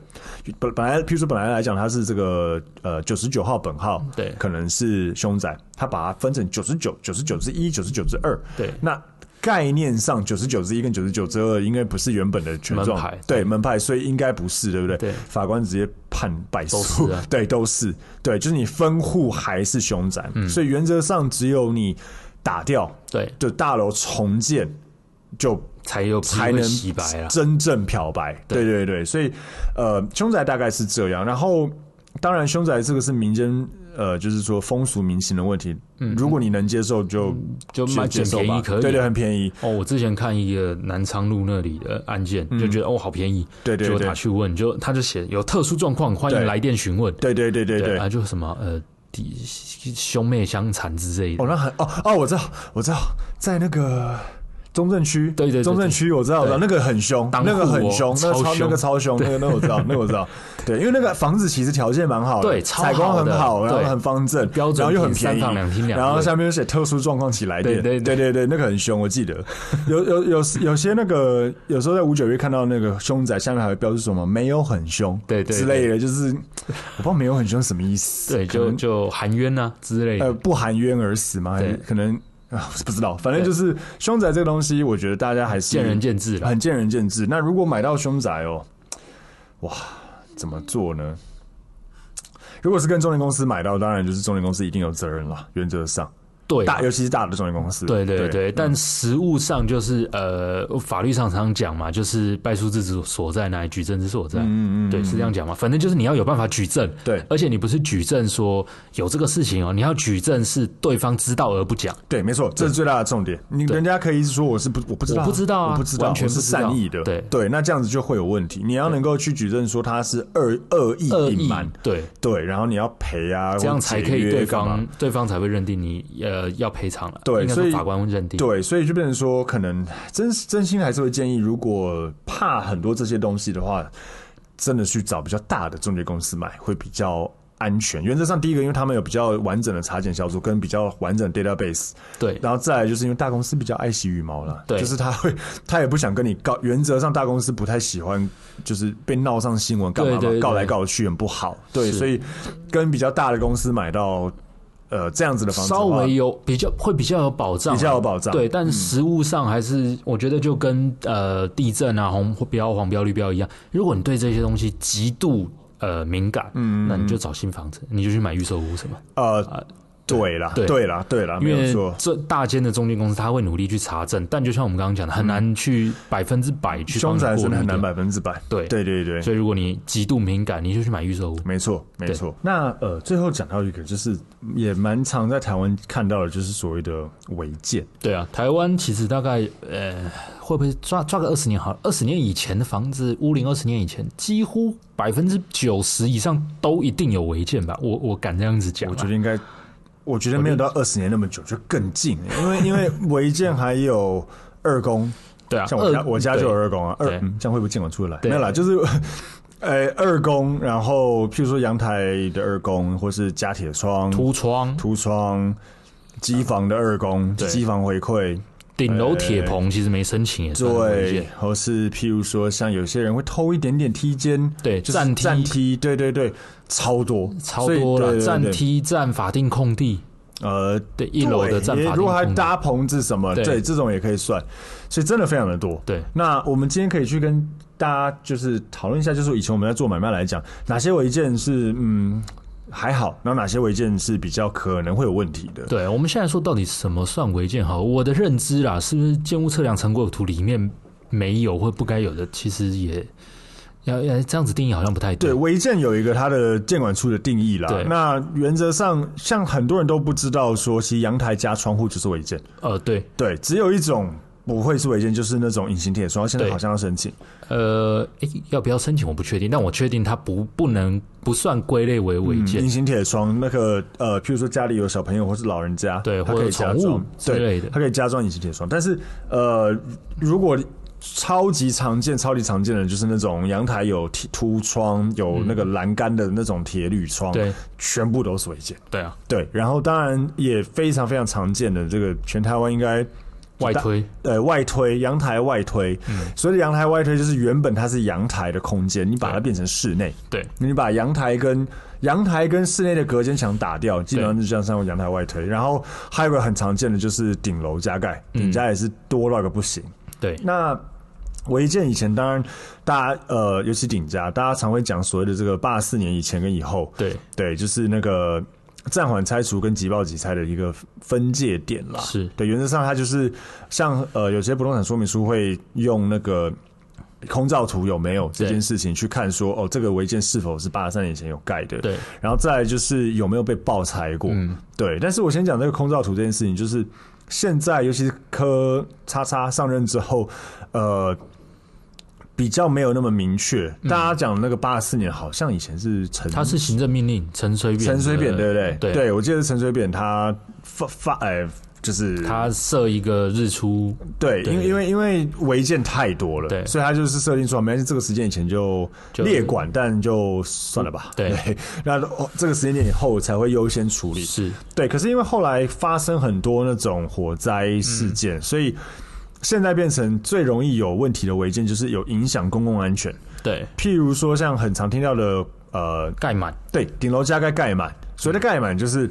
S1: 本本来，譬如说本来来讲，它是这个呃九十九号本号，
S2: 对
S1: 可能是凶宅，他把它分成九十九、九十九之一、九十九之二，
S2: 对
S1: 那概念上，九十九之一跟九十九之二应该不是原本的权状，
S2: 门牌
S1: 对门牌，所以应该不是，对不对？
S2: 对
S1: 法官直接判败诉，
S2: 都是啊
S1: (laughs) 对，都是，对，就是你分户还是凶宅，
S2: 嗯
S1: 所以原则上只有你打掉，
S2: 对，
S1: 就大楼重建就
S2: 才有机
S1: 才
S2: 会
S1: 能
S2: 洗白啦。
S1: 真正漂白。对对对，所以呃，凶宅大概是这样。然后，当然凶宅这个是民间呃，就是说风俗民情的问题。如果你能接受就，
S2: 嗯就
S1: 接
S2: 蛮
S1: 接
S2: 捡
S1: 受
S2: 便
S1: 吧
S2: 宜可以
S1: 对对，
S2: 啊
S1: 很便宜。
S2: 哦，我之前看一个南昌路那里的案件，就觉得哦好便宜，
S1: 嗯对对
S2: 结果
S1: 对
S2: 打去问，就他就写有特殊状况，欢
S1: 对
S2: 迎来电询问，
S1: 对对对对对。
S2: 啊，就什么呃弟兄妹相残之类的
S1: 哦，，那很哦哦，我知道，我知道，在那个中正区，
S2: 对对对
S1: 中正
S2: 对
S1: 区我知道，我知道那个很凶，
S2: 当
S1: 那个
S2: 户
S1: 很
S2: 哦
S1: 凶，那个
S2: 超
S1: 超那个
S2: 凶
S1: 超凶，那个那个我知道，那个我知道，
S2: (laughs)
S1: 对，因为那个房子其实条件蛮好的，
S2: 对超
S1: 采光
S2: 好
S1: 很
S2: 的
S1: 好，然后
S2: 对
S1: 很方正，
S2: 标准
S1: 然后又很
S2: 厅
S1: 便宜，
S2: 三房两厅两
S1: 然后
S2: 卫
S1: 下面又写特殊状况起来电，
S2: 对
S1: 对
S2: 对
S1: 对
S2: 对
S1: 对，那个很凶，我记得有有有有些那个有时候在五九月看到那个凶宅下面还会标注什么没有很凶，
S2: 对对
S1: 之
S2: 对
S1: 类的，就是 (laughs) 我不知道没有很凶什么意思，
S2: 对，
S1: 可
S2: 就
S1: 能
S2: 就含冤啊之类
S1: 呃，
S2: 的，
S1: 不含冤而死吗？还是
S2: 对
S1: 可能啊，不知道。反正就是凶宅这个东西，我觉得大家还是
S2: 见仁见智啦。
S1: 很见仁见智。那如果买到凶宅哦，哇，怎么做呢？如果是跟中介公司买到，当然就是中介公司一定有责任啦，原则上
S2: 对啊，
S1: 大，尤其是大的中介公司。
S2: 对对对，
S1: 嗯
S2: 但实物上就是呃，法律上常讲嘛，就是败诉之处所在哪里，举证之所在，嗯嗯对，是这样讲嘛。反正就是你要有办法举证，
S1: 对
S2: 而且你不是举证说有这个事情哦，你要举证是对方知道而不讲，
S1: 对，没错，这是最大的重点。你人家可以一直说我是不，我不知道啊，
S2: 我不知道啊
S1: 我不知道，
S2: 完全
S1: 我是
S2: 不知道
S1: 善意的。
S2: 对
S1: 对，那这样子就会有问题。你要能够去举证说他是恶恶意
S2: 恶
S1: 隐
S2: 意
S1: 瞒，
S2: 对，
S1: 对，然后你要赔啊，
S2: 这样
S1: 或者
S2: 才
S1: 解
S2: 可以
S1: 约
S2: 对
S1: 干嘛
S2: 方对方才会认定你呃要赔偿了，
S1: 对
S2: 应该说
S1: 所以
S2: 法官会认定，
S1: 对，所以就变成说，可能真真心还是会建议，如果怕很多这些东西的话，真的去找比较大的中介公司买会比较安全。原则上，第一个，因为他们有比较完整的查检小组跟比较完整的 database，
S2: 对
S1: 然后再来就是因为大公司比较爱惜羽毛啦，
S2: 对
S1: 就是他会 (laughs) 他也不想跟你告，原则上大公司不太喜欢就是被闹上新闻干嘛嘛，
S2: 对对对
S1: 告来告去很不好，对，
S2: 是
S1: 所以跟比较大的公司买到呃这样子的房子的
S2: 稍
S1: 话，
S2: 微有比较会比较有保障啊，
S1: 比较有保障嗯
S2: 对，但实物上还是、我觉得就跟呃地震啊红标、黄标、绿标一样，如果你对这些东西极度呃敏感，嗯，那你就找新房子，你就去买预售屋什么，
S1: 呃。对啦，
S2: 对
S1: 对啦，对啦，
S2: 因
S1: 没有
S2: 为
S1: 错。
S2: 这大间的中介公司他会努力去查证，但就像我们刚刚讲的，很难去百分之百去帮
S1: 凶
S2: 你
S1: 宅
S2: 过
S1: 真的
S2: 滤
S1: 很难
S2: 掉，
S1: 百分之百。
S2: 对
S1: 对对对，
S2: 所以如果你极度敏感，你就去买预售屋，
S1: 没错没错。那呃，最后讲到一个，就是也蛮常在台湾看到的，就是所谓的违建。
S2: 对啊，台湾其实大概呃，会不会抓抓个二十年好了？二十年以前的房子，屋龄二十年以前，几乎百分之九十以上都一定有违建吧？我我敢这样子讲啊，
S1: 我觉得应该，我觉得没有到二十年那么久，就更近，因为因为违建还有二公，
S2: (laughs) 对啊，
S1: 像我家
S2: 二
S1: 我家就有二公啊，二
S2: 对
S1: 嗯这样会不会进我出得来？没
S2: 对
S1: 有啦，就是。 (laughs) 呃，二公，然后譬如说阳台的二公，或是加铁窗、
S2: 凸窗、
S1: 涂窗、机房的二公，
S2: 对
S1: 机房回馈，
S2: 顶楼铁棚，其实没申请也算违
S1: 对
S2: 建。，
S1: 或是譬如说，像有些人会偷一点点梯间，
S2: 对
S1: 就是
S2: 站梯
S1: 站梯，对对对，超多，
S2: 超
S1: 所以
S2: 多
S1: 对
S2: 了，
S1: 对对
S2: 占梯、占法定空地，
S1: 呃，
S2: 对，一楼的占
S1: 对
S2: 法定
S1: 如果还
S2: 空地，
S1: 搭棚子什么，
S2: 对
S1: 对，这种也可以算，所以真的非常的多。
S2: 对
S1: 那我们今天可以去跟大家就是讨论一下，就是以前我们在做买卖来讲，哪些违建是嗯还好，然后哪些违建是比较可能会有问题的。
S2: 对，我们现在说到底什么算违建？好，我的认知啦，是不是建物测量成果图里面没有或不该有的？其实也要要这样子定义好像不太
S1: 对，违建有一个它的建管处的定义啦
S2: 对。
S1: 那原则上，像很多人都不知道说，其实阳台加窗户就是违建。
S2: 呃，对
S1: 对，只有一种不会是违建，就是那种隐形铁窗，现在
S2: 对
S1: 好像要申请。
S2: 呃，诶要不要申请我不确定，但我确定它不不能不算归类为违建。
S1: 嗯隐形铁窗那个呃，譬如说家里有小朋友或是老人家，
S2: 对
S1: 他
S2: 或
S1: 可以
S2: 者
S1: 加
S2: 宠物
S1: 装，
S2: 之
S1: 对
S2: 类的，
S1: 他可以加装隐形铁窗。但是呃，如果超级常见、超级常见的就是那种阳台有铁凸窗、有那个栏杆的那种铁铝窗，
S2: 对，
S1: 全部都是违建。
S2: 对啊，
S1: 对，然后当然也非常非常常见的，这个全台湾应该
S2: 外推，嗯
S1: 呃外推阳台外推，所以阳台外推就是原本它是阳台的空间，你把它
S2: 对
S1: 变成室内，
S2: 对
S1: 你把阳台跟阳台跟室内的隔间墙打掉，基本上就这样上阳台外推。然后还有一个很常见的就是顶楼加盖，顶加也是多到一个不行。
S2: 对，
S1: 那违建以前当然大家呃，尤其顶加，大家常会讲所谓的这个八四年以前跟以后，
S2: 对
S1: 对，就是那个暂缓拆除跟急报急拆的一个分界点啦。
S2: 是
S1: 对，原则上它就是像呃，有些不动产说明书会用那个空照图有没有这
S2: 对
S1: 件事情去看说，哦，这个违建是否是八三年前有盖的，
S2: 对，嗯
S1: 然后再来就是有没有被爆拆过，对。但是我先讲这个空照图这件事情，就是现在尤其是科叉叉上任之后，呃。比较没有那么明确，大家讲那个八四年好像以前是陈
S2: 嗯它是行政命令，陈水扁的，
S1: 陈水扁对不对？
S2: 对，
S1: 我记得是陈水扁他发发哎、就是
S2: 它设一个日出，
S1: 对，
S2: 对
S1: 因为因为因为违建太多了，
S2: 对
S1: 所以他就是设定说，没关系，这个时间以前就
S2: 就
S1: 列管，但就算了吧。 (laughs)
S2: 对
S1: 那、哦、这个时间点以后才会优先处理。
S2: 是
S1: 对，可是因为后来发生很多那种火灾
S2: 嗯
S1: 事件，所以现在变成最容易有问题的违建，就是有影响公共安全，
S2: 对，
S1: 譬如说像很常听到的呃
S2: 盖满，
S1: 对，顶楼加盖盖满，所谓的盖满就是。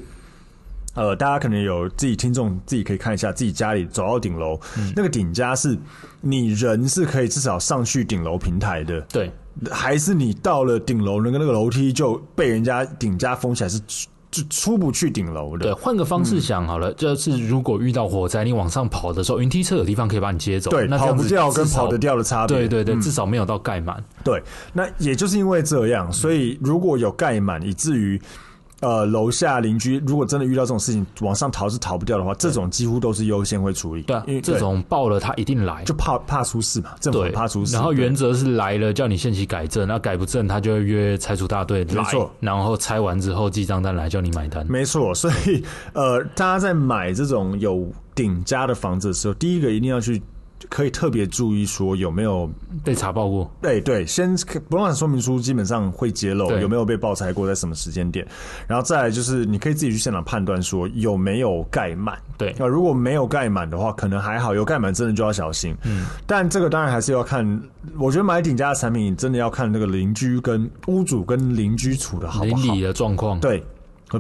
S1: 呃，大家可能有自己听众自己可以看一下，自己家里走到顶楼，
S2: 嗯
S1: 那个顶加是你人是可以至少上去顶楼平台的，
S2: 对
S1: 还是你到了顶楼那个那个楼梯就被人家顶加封起来，是出就出不去顶楼
S2: 对，
S1: 的。
S2: 换个方式想
S1: 嗯
S2: 好了，就是如果遇到火灾，你往上跑的时候，云梯车有地方可以把你接走，
S1: 对，
S2: 那这
S1: 跑
S2: 样
S1: 不
S2: 子
S1: 掉跟
S2: 至少
S1: 跑得掉嗯的差别。
S2: 对对对，至少没有到盖满，
S1: 对，那也就是因为这样，所以如果有盖满，以至于呃楼下邻居如果真的遇到这种事情，往上逃是逃不掉的话，这种几乎都是优先会处理。
S2: 对啊
S1: 因为，
S2: 这种爆了它一定来
S1: 就。怕怕出事嘛，政府
S2: 对
S1: 很怕出，事。
S2: 然后
S1: 对
S2: 原则是来了叫你限期改正，那改不正他就会约拆除大队来
S1: 错，
S2: 然后拆完之后记账单来叫你买单。
S1: 没错，所以呃，大家在买这种有顶加的房子的时候，第一个一定要去。可以特别注意说有没有，
S2: 被查爆过，
S1: 哎、对，先不动产说明书基本上会揭露
S2: 对
S1: 有没有被爆拆过，在什么时间点，然后再来就是你可以自己去现场判断说有没有盖满，
S2: 对
S1: 那如果没有盖满的话，可能还好；有盖满，真的就要小心。嗯，但这个当然还是要看。我觉得买顶家的产品，真的要看那个邻居跟屋主跟邻居处的好不
S2: 邻
S1: 好
S2: 里。的状况。
S1: 对，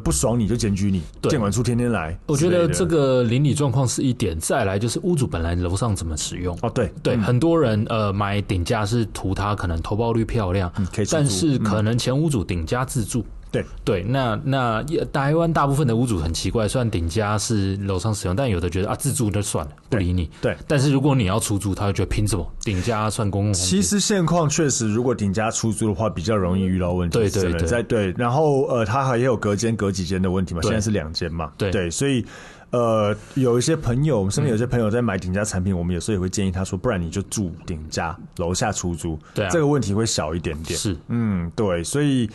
S1: 不爽你就检举你，
S2: 对
S1: 监管处天天来。
S2: 我觉
S1: 之类
S2: 得
S1: 的
S2: 这个邻里状况是一点，再来就是屋主本来楼上怎么使用。
S1: 哦，对
S2: 对，很多人呃买顶价是图它可能投报率漂亮，
S1: 嗯可以自住
S2: 但是可能前屋主顶价自住。
S1: 对
S2: 对，那那也台湾大部分的屋主很奇怪，虽然顶价是楼上使用，但有的觉得啊自住就算了，不理你。
S1: 对
S2: 但是如果你要出租，他会觉得凭什么顶价算公共空
S1: 其
S2: 间？
S1: 实现况确实，如果顶家出租的话，比较容易遇到问题。
S2: 对
S1: 是真的
S2: 对对
S1: 在对，然后呃，它还有隔间、隔几间的问题嘛，
S2: 对
S1: 现在是两间嘛，
S2: 对嗯
S1: 对，所以。呃，有一些朋友，我们身边有些朋友在买顶家产品，我们有时候也会建议他说，不然你就住顶家楼下出租，
S2: 对啊
S1: 这个问题会小一点点。
S2: 是
S1: 嗯，对，所以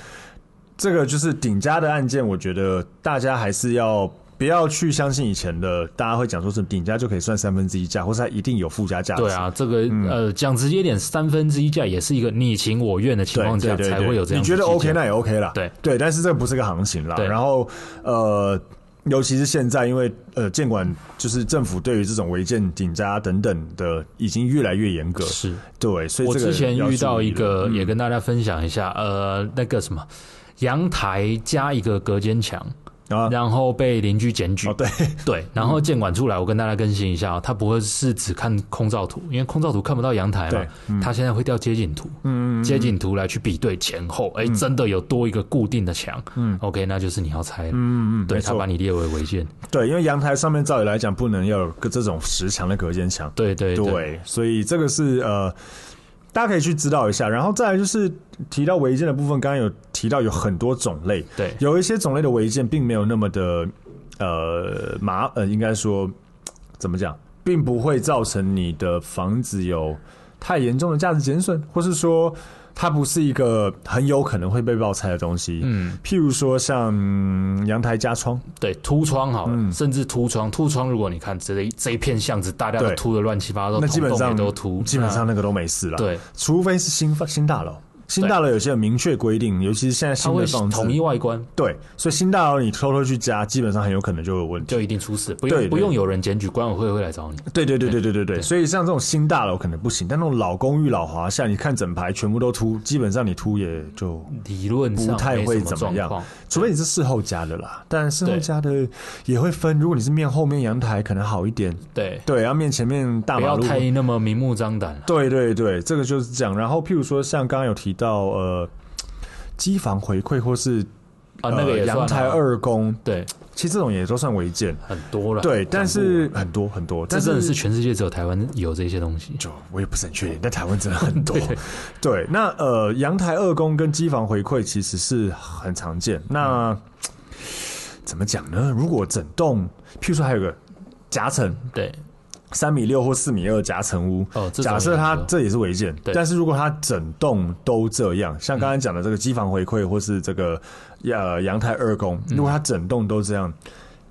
S1: 这个就是顶家的案件，我觉得大家还是要不要去相信以前的，大家会讲说是顶家就可以算三分之一价，或是它一定有附加价值。
S2: 对啊，这个、
S1: 嗯
S2: 呃讲直接一点，三分之一价也是一个你情我愿的情
S1: 对
S2: 况
S1: 对
S2: 下
S1: 对
S2: 才
S1: 对
S2: 会有这样
S1: 你
S2: 子的
S1: 觉得
S2: 计较。
S1: OK 那也 OK 啦，
S2: 对
S1: 对，但是这不是个行情啦。
S2: 对
S1: 然后呃，尤其是现在，因为呃，监管就是政府对于这种违建、顶加等等的，已经越来越严格。
S2: 是。
S1: 对，所以
S2: 我
S1: 这个
S2: 之前
S1: 要
S2: 遇
S1: 注
S2: 到
S1: 意
S2: 一
S1: 了嗯
S2: 个，也跟大家分享一下，呃，那个什么，阳台加一个隔间墙，
S1: 啊，
S2: 然后被邻居检举
S1: 哦，对， (laughs)
S2: 对，然后监管出来，我跟大家更新一下哦，他不会是只看空照图，因为空照图看不到阳台嘛
S1: 对，嗯
S2: 他现在会调街景图，嗯，街景图来去比对前后，哎，真的有多一个固定的墙，嗯，OK，那就是你要拆了，嗯嗯，对
S1: 没错
S2: 他把你列为违建，
S1: 对，因为阳台上面照理来讲不能要有个这种十强的隔间墙。
S2: 对对对，
S1: 对，所以这个是呃，大家可以去知道一下。然后再来就是提到违建的部分，刚刚有提到有很多种类，
S2: 对
S1: 有一些种类的违建并没有那么的呃麻呃，应该说怎么讲？并不会造成你的房子有太严重的价值减损，或是说它不是一个很有可能会被爆拆的东西。嗯，譬如说像、嗯阳台加窗，
S2: 对，凸窗好了，
S1: 嗯
S2: 甚至凸窗，凸窗如果你看这一这一片巷子，大家都
S1: 对
S2: 凸的乱七八糟，
S1: 那基本
S2: 统
S1: 上
S2: 统也都凸，
S1: 基本上
S2: 那
S1: 那个都没事了。
S2: 对，
S1: 除非是新发新大楼，新大楼有些有明确规定，尤其是现在
S2: 它
S1: 新
S2: 会
S1: 的房子，
S2: 统一外观，
S1: 对，所以新大楼你偷偷去加，基本上很有可能就有问题。
S2: 就一定出事，不
S1: 对
S2: 用
S1: 对
S2: 不用有人检举，管委会会来找你。
S1: 对对对对对对对，所以像这种新大楼可能不行，但那种老公寓、老华夏，你看整排全部都秃，基本上你秃也就
S2: 理论上
S1: 不太
S2: 没
S1: 会
S2: 什
S1: 怎么
S2: 状
S1: 样
S2: 况，，
S1: 除非你是事后加的啦。但事后加的也会分，如果你是面后面阳台可能好一点，
S2: 对，
S1: 对，然后面前面大
S2: 不
S1: 马
S2: 要
S1: 路
S2: 太那么明目张胆了。
S1: 对对对，这个就是这样。然后譬如说，像刚刚有提到呃，机房回馈或是
S2: 啊，那个
S1: 呃
S2: 也算啊
S1: 阳台二宫，
S2: 对，
S1: 其实这种也都算违建。
S2: 很多了。
S1: 对，
S2: 讲
S1: 但是很多很多，
S2: 这
S1: 但
S2: 真的是全世界只有台湾有这些东西。
S1: 就我也不是很确定，但台湾真的很多。 (laughs) 对，那呃，阳台二宫跟机房回馈其实是很常见。那、怎么讲呢？如果整栋，譬如说还有个夹层，
S2: 对，
S1: 三米六或四米二夹层屋，
S2: 哦这种
S1: 假设
S2: 也
S1: 它
S2: 很多
S1: 这也是违建，
S2: 对嗯
S1: 但是如果它整栋都这样，像刚才讲的这个机房回馈或是这个呃阳台二宫，
S2: 嗯
S1: 如果它整栋都这样，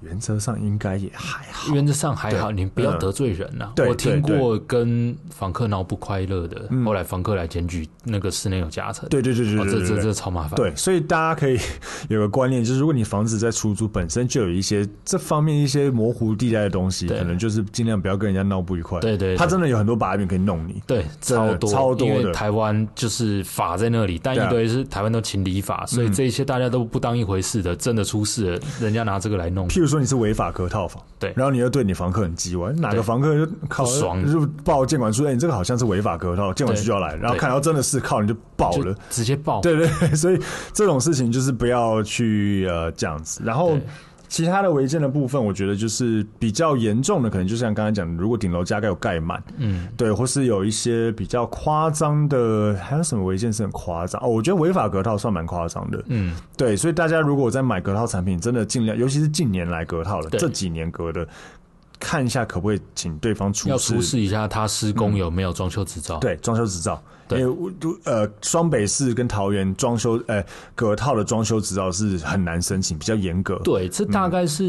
S1: 原则上应该也还好。
S2: 原则上还好，
S1: 对
S2: 你不要得罪人呐、
S1: 对
S2: 我听
S1: 对
S2: 过跟房客闹不快乐的，后来房客来检举那个室内有夹层。
S1: 嗯对对对对
S2: 哦
S1: 对对
S2: 这
S1: 对
S2: 这
S1: 对
S2: 这超麻烦。
S1: 对，所以大家可以 (laughs) 有个观念，就是如果你房子在出租，本身就有一些这方面一些模糊地带的东西，
S2: 对
S1: 可能就是尽量不要跟人家闹不愉快。
S2: 对对对
S1: 他真的有很多把柄可以弄你。
S2: 对，
S1: 真
S2: 超
S1: 的
S2: 多
S1: 超多
S2: 因为
S1: 的
S2: 台湾就是法在那里，但
S1: 对啊嗯
S2: 一堆是台湾都情理法，所以这些大家都不当一回事的，真的出事了，人家拿这个来弄。
S1: 譬如说你是违法隔套房，
S2: 对
S1: 然后你又对你房客很叽歪，哪个
S2: 对
S1: 房客就靠
S2: 不爽
S1: 就报监管处，哎、你这个好像是违法隔套，监管
S2: 对
S1: 处就要来，然后
S2: 对
S1: 看到真的是靠你就爆
S2: 就
S1: 了。
S2: 直接爆，
S1: 对对对，所以这种事情就是不要去呃这样子。然后
S2: 对
S1: 其他的违建的部分，我觉得就是比较严重的，可能就像刚才讲的，如果顶楼加盖有盖满，嗯，对，或是有一些比较夸张的，还有什么违建是很夸张哦？我觉得违法隔套算蛮夸张的，嗯，对，所以大家如果在买隔套产品，真的尽量，尤其是近年来隔套的
S2: 对
S1: 这几年隔的，看一下可不可以请对方出
S2: 要
S1: 示
S2: 出示一下他施工有没有装修执
S1: 嗯
S2: 照。
S1: 对，装修执照。因
S2: 对
S1: 为我都呃，双北市跟桃园装修，呃，隔套的装修执照是很难申请，比较严格。
S2: 对，这大概是、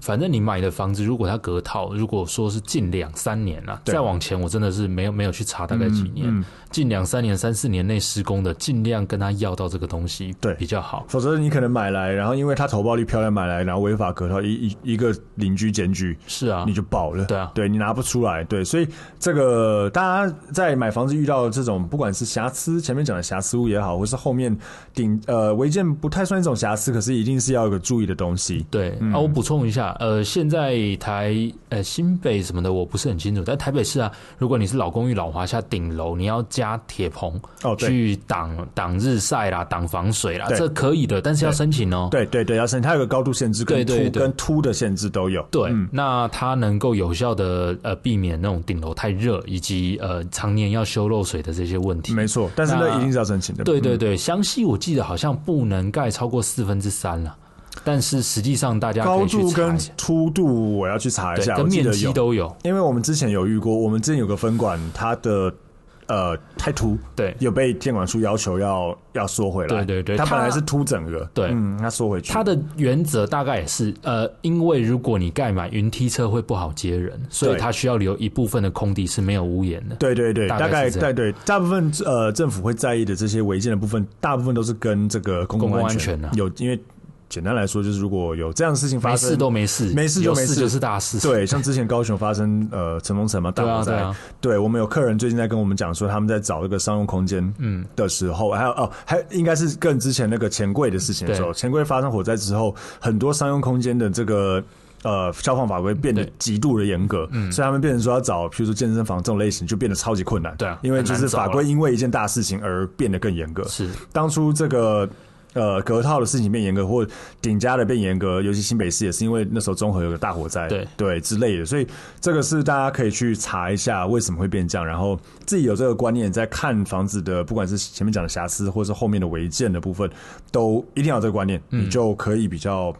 S2: 反正你买的房子，如果它隔套，如果说是近两三年啊，
S1: 对嗯
S2: 再往前我真的是没有没有去查大概几年，近两三年、三四年内施工的，尽量跟他要到这个东西，
S1: 对
S2: 比较好。
S1: 否则你可能买来，然后因为它投报率漂亮，买来然后违法隔套，一一一个邻居检举，
S2: 是啊，
S1: 你就爆了。
S2: 对啊
S1: 对你拿不出来，对，所以这个大家在买房子遇到这种，不管是瑕疵，前面讲的瑕疵物也好，或是后面顶呃违建不太算一种瑕疵，可是一定是要有个注意的东西。
S2: 对、啊，我补充一下，呃，现在台呃新北什么的我不是很清楚，但台北市啊，如果你是老公寓、老华夏顶楼，你要加铁棚
S1: 哦对
S2: 去挡挡日晒啦、挡防水啦，
S1: 对
S2: 这可以的，但是要申请哦。
S1: 对对对，要申请，它有个高度限制，跟
S2: 对对
S1: 凸
S2: 对
S1: 跟凸的限制都有。嗯
S2: 对，那它能够有效的呃避免那种顶楼太热，以及呃常年要修漏水的这些问题。
S1: 没错，但是那
S2: 那
S1: 一定是要申请的。嗯
S2: 对对对，湘西我记得好像不能盖超过四分之三了，但是实际上大家可
S1: 高
S2: 以去
S1: 度
S2: 查
S1: 跟
S2: 一下，
S1: 凸度我要去查一
S2: 对，
S1: 下，
S2: 跟
S1: 我记
S2: 面
S1: 得
S2: 积
S1: 有，
S2: 都有，
S1: 因为我们之前有遇过，我们之前有个分管，它的呃太凸，
S2: 对
S1: 有被监管处要求要要缩回来。
S2: 对对对
S1: 它本来
S2: 它
S1: 是凸整个，
S2: 对
S1: 嗯，它缩回去。
S2: 它的原则大概也是，呃，因为如果你盖满云梯车会不好接人，所以
S1: 对
S2: 它需要留一部分的空地是没有屋檐的。
S1: 对对对，
S2: 大
S1: 大
S2: 概
S1: 概
S2: 是这
S1: 对
S2: 样
S1: 对，大部分呃政府会在意的这些违建的部分，大部分都是跟这个公
S2: 公
S1: 共
S2: 共
S1: 安
S2: 安全啊
S1: 有，因为简单来说就是如果有这样的事情发
S2: 没
S1: 生，
S2: 事都没事，
S1: 没事就
S2: 有
S1: 没事
S2: 就是大事。
S1: 对，像之前高雄发生呃城中城嘛大
S2: 对啊
S1: 火灾，
S2: 对啊
S1: 对我们有客人最近在跟我们讲说，他们在找这个商用空间嗯的时候，还有哦，还应该是更之前那个钱柜的事情的时候，
S2: 对
S1: 钱柜发生火灾之后，很多商用空间的这个。呃，消防法规变得
S2: 对嗯
S1: 极度的严格，所以他们变成说要找，譬如说健身房这种类型，就变得超级困难。
S2: 对啊
S1: 因为就
S2: 很
S1: 是
S2: 难找
S1: 法
S2: 了
S1: 规因为一件大事情而变得更严格。
S2: 是
S1: 当初这个呃隔套的事情变严格，或顶家的变严格，尤其新北市也是因为那时候中和有个大火灾，
S2: 对
S1: 之类的，所以这个是大家可以去查一下为什么会变这样，然后自己有这个观念，在看房子的，不管是前面讲的瑕疵，
S2: 嗯
S1: 或是后面的违建的部分，都一定要有这个观念，你就可以比较。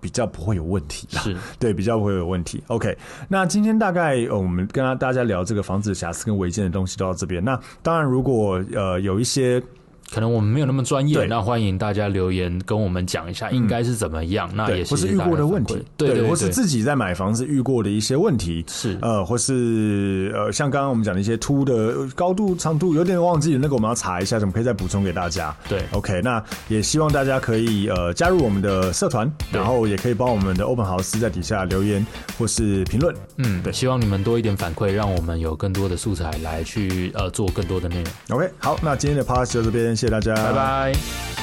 S1: 比较不会有问题啦。
S2: 是
S1: 对，比较不会有问题。OK，那今天大概、呃、我们跟大大家聊这个防止瑕疵跟违建的东西都到这边。那当然，如果呃有一些
S2: 可能我们没有那么专业，
S1: 对
S2: 那欢迎大家留言跟我们讲一下应该是怎么样。那
S1: 对
S2: 啊也
S1: 或是
S2: 谢谢
S1: 遇
S2: 大家
S1: 过的
S2: 反
S1: 问
S2: 馈
S1: 题，
S2: 对对，
S1: 或是
S2: 对
S1: 自己在买房子遇过的一些问题，
S2: 是
S1: 呃，或是呃，像刚刚我们讲的一些凸的呃高度、长度，有点忘记了那个，我们要查一下，怎么可以再补充给大家。
S2: 对
S1: ，OK，那也希望大家可以呃加入我们的社团，
S2: 对
S1: 然后也可以帮我们的 Open House 在底下留言或是评论。
S2: 嗯，
S1: 对
S2: 希望你们多一点反馈，让我们有更多的素材来去呃做更多的内容。
S1: OK，好，那今天的 Pass 就到这边，谢谢大家，
S2: 拜拜。